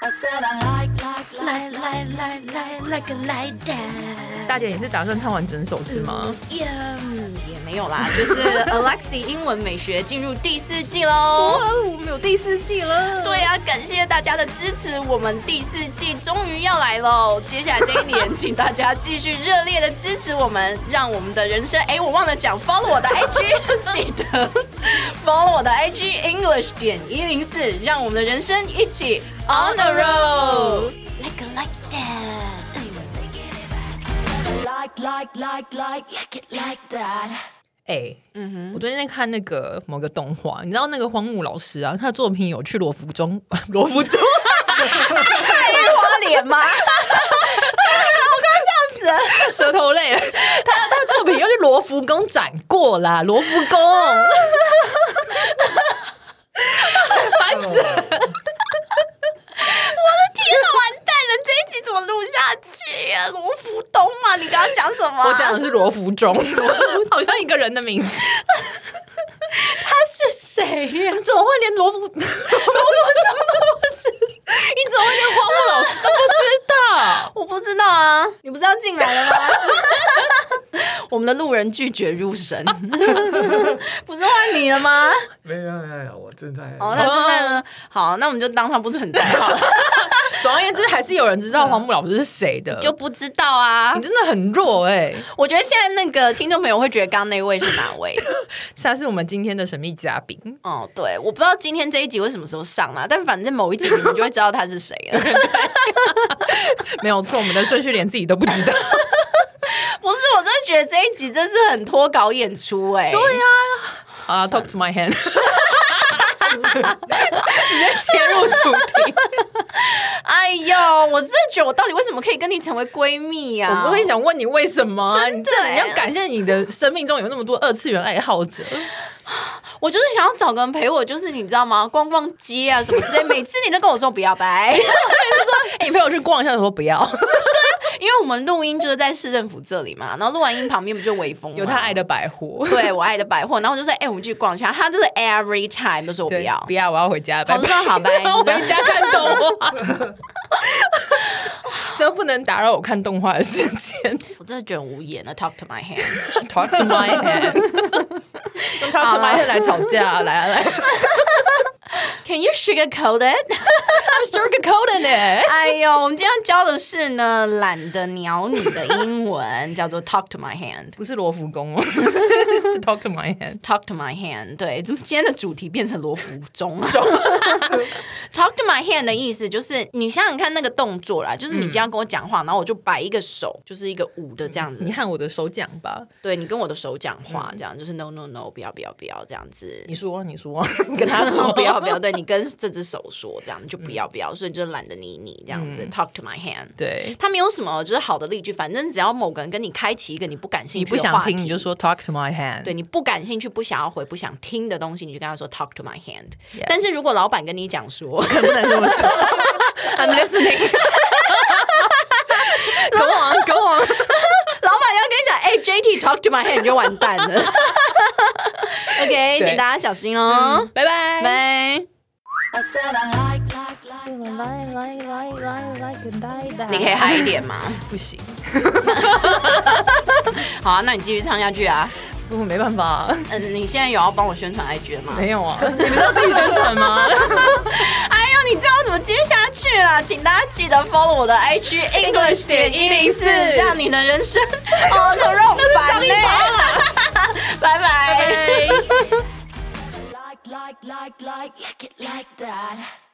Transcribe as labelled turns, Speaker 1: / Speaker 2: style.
Speaker 1: I said I like, like, like,
Speaker 2: 来来来来来个来的，
Speaker 3: 大姐，你是打算唱完整首是吗？
Speaker 2: 耶、嗯
Speaker 4: 也没有啦，就是 Alexi 英文美学进入第四季喽。
Speaker 2: 我们有第四季了，
Speaker 4: 对啊，感谢大家的支持，我们第四季终于要来喽！接下来这一年，请大家继续热烈的支持我们，让我们的人生……哎，我忘了讲，follow 我的 IG，记 得 follow 我的 IG English 点一零四，让我们的人生一起 on the road。
Speaker 2: ，like a like that。
Speaker 1: I said I like, like, like, like, like it like that.
Speaker 3: 哎、
Speaker 4: 嗯哼。
Speaker 3: 我最近在看那个某个动画，你知道那个荒木老师啊，他的作品有去罗浮 中，罗浮中，
Speaker 4: 花脸吗？
Speaker 3: 舌头累了，他他的作品要去罗浮宫展过啦，罗浮 宫。
Speaker 4: 啊完蛋了，这一集怎么录下去呀、罗福东嘛，你刚刚讲什么啊？
Speaker 3: 我讲的是罗浮中，好像一个人的名字。
Speaker 4: 他是谁呀？
Speaker 3: 你怎么会连罗浮 罗浮中都不是？你怎么会连荒木老师都不知道？
Speaker 4: 我不知道啊，你不是要进来了吗？ 我们的路人拒绝入神， 不是换你了吗？
Speaker 5: 没有没有没有，我正在
Speaker 4: 哦，那那那呢？好，那我们就当他不存在好了，
Speaker 3: 总而言之，还是有人知道荒木老师是谁的。
Speaker 4: 就不知道啊
Speaker 3: 你。真的很弱哎、
Speaker 4: 我觉得现在那个听众朋友会觉得刚刚那位是哪 位？
Speaker 3: 他是我们今天的神秘嘉宾。
Speaker 4: 哦，对，我不知道今天这一集会什么时候上啦、但反正某一集你们就会知道他是谁了。
Speaker 3: 没有错，我们的顺序连自己都不知道。
Speaker 4: 不是，我真的觉得这一集真是很脱稿演出哎、对呀、
Speaker 3: 啊、t a l k to my hand，直 接切入主题。
Speaker 4: 哎呦，我真的觉得我到底为什么可以跟你成为闺蜜啊呀、
Speaker 3: 我不会想问你为什么啊、你这
Speaker 4: 真的欸
Speaker 3: 你要感谢你的生命中有那么多二次元爱好者。
Speaker 4: 我就是想要找个人陪我，就是你知道吗？逛逛街啊什么之类。每次你都跟我说不要拜，
Speaker 3: 哎、你陪我去逛一下，我说不要，
Speaker 4: 因为我们录音就是在市政府这里嘛，然后录完音旁边不就微风 吗
Speaker 3: 有他爱。的百货。
Speaker 4: 对我爱的百货，然后我就说，哎、我们去逛一下。他就是 every time 都说我不
Speaker 3: 对
Speaker 4: 要，
Speaker 3: 不要，我要回家，拜
Speaker 4: 我
Speaker 3: 拜。
Speaker 4: 说好拜，
Speaker 3: 我回家看动画， 这不能打扰我看动画的时间。
Speaker 4: 我真的觉得很无言了。Talk to my hand，
Speaker 3: Talk to my hand，用 Talk to my hand 来吵架，来啊来
Speaker 4: can you sugarcoat it？
Speaker 3: ，I'm sure g o d e n 呢。
Speaker 4: 哎呦，我们今天要教的是呢，懒得鸟你的英文叫做 talk to my hand。
Speaker 3: 不是罗浮宫哦， 是 Talk to my hand。
Speaker 4: Talk to my hand，对，怎么今天的主题变成罗浮 中啊？Talk to my hand 的意思就是，你想想看那个动作啦，就是你今天要跟我讲话，然后我就摆一个手，就是一个五的这样子
Speaker 3: 你，和我的手讲吧，
Speaker 4: 对你跟我的手讲话，这样就是 no no no，不要不要不要这样子。
Speaker 3: 你说啊你说，
Speaker 4: 你跟 他说不要不要，对你跟这只手说这样，你就不要不要，所以就懒得理你这样子。Talk to my hand，
Speaker 3: 对。
Speaker 4: 他没有什么就是好的例句，反正只要某个人跟你开启一个你不感兴
Speaker 3: 你
Speaker 4: 趣
Speaker 3: 不
Speaker 4: 的
Speaker 3: 想
Speaker 4: 话题，
Speaker 3: 听，你就说 talk to my hand。
Speaker 4: 对，你不感兴趣、不想要回、不想听的东西，你就跟他说 talk to my hand。但是如果老板跟你 讲说，
Speaker 3: 能不能这么说？I'm listening 。Go on, go on。
Speaker 4: 老板要跟你讲，哎、j t talk to my hand，你就完蛋了。OK，
Speaker 3: 对嗯
Speaker 4: 请大家小心哦，
Speaker 3: 拜拜。
Speaker 4: 拜、
Speaker 1: I said I like, like, like, like,
Speaker 2: 来来来来来个来的，
Speaker 4: 你可以嗨一点吗？
Speaker 3: 不行，
Speaker 4: 好啊，那你继续唱下去啊。
Speaker 3: 我没办法，
Speaker 4: 嗯、你现在有要帮我宣传 IG 了吗？
Speaker 3: 没有啊。 你们知道自己宣传吗？
Speaker 4: 哎呦，你知道我怎么接下去啦？请大家记得 follow 我的 IG English 点一零四，让你的人生 哦 on the road 版嘞。拜拜。
Speaker 1: like, like, like, like, like it like that.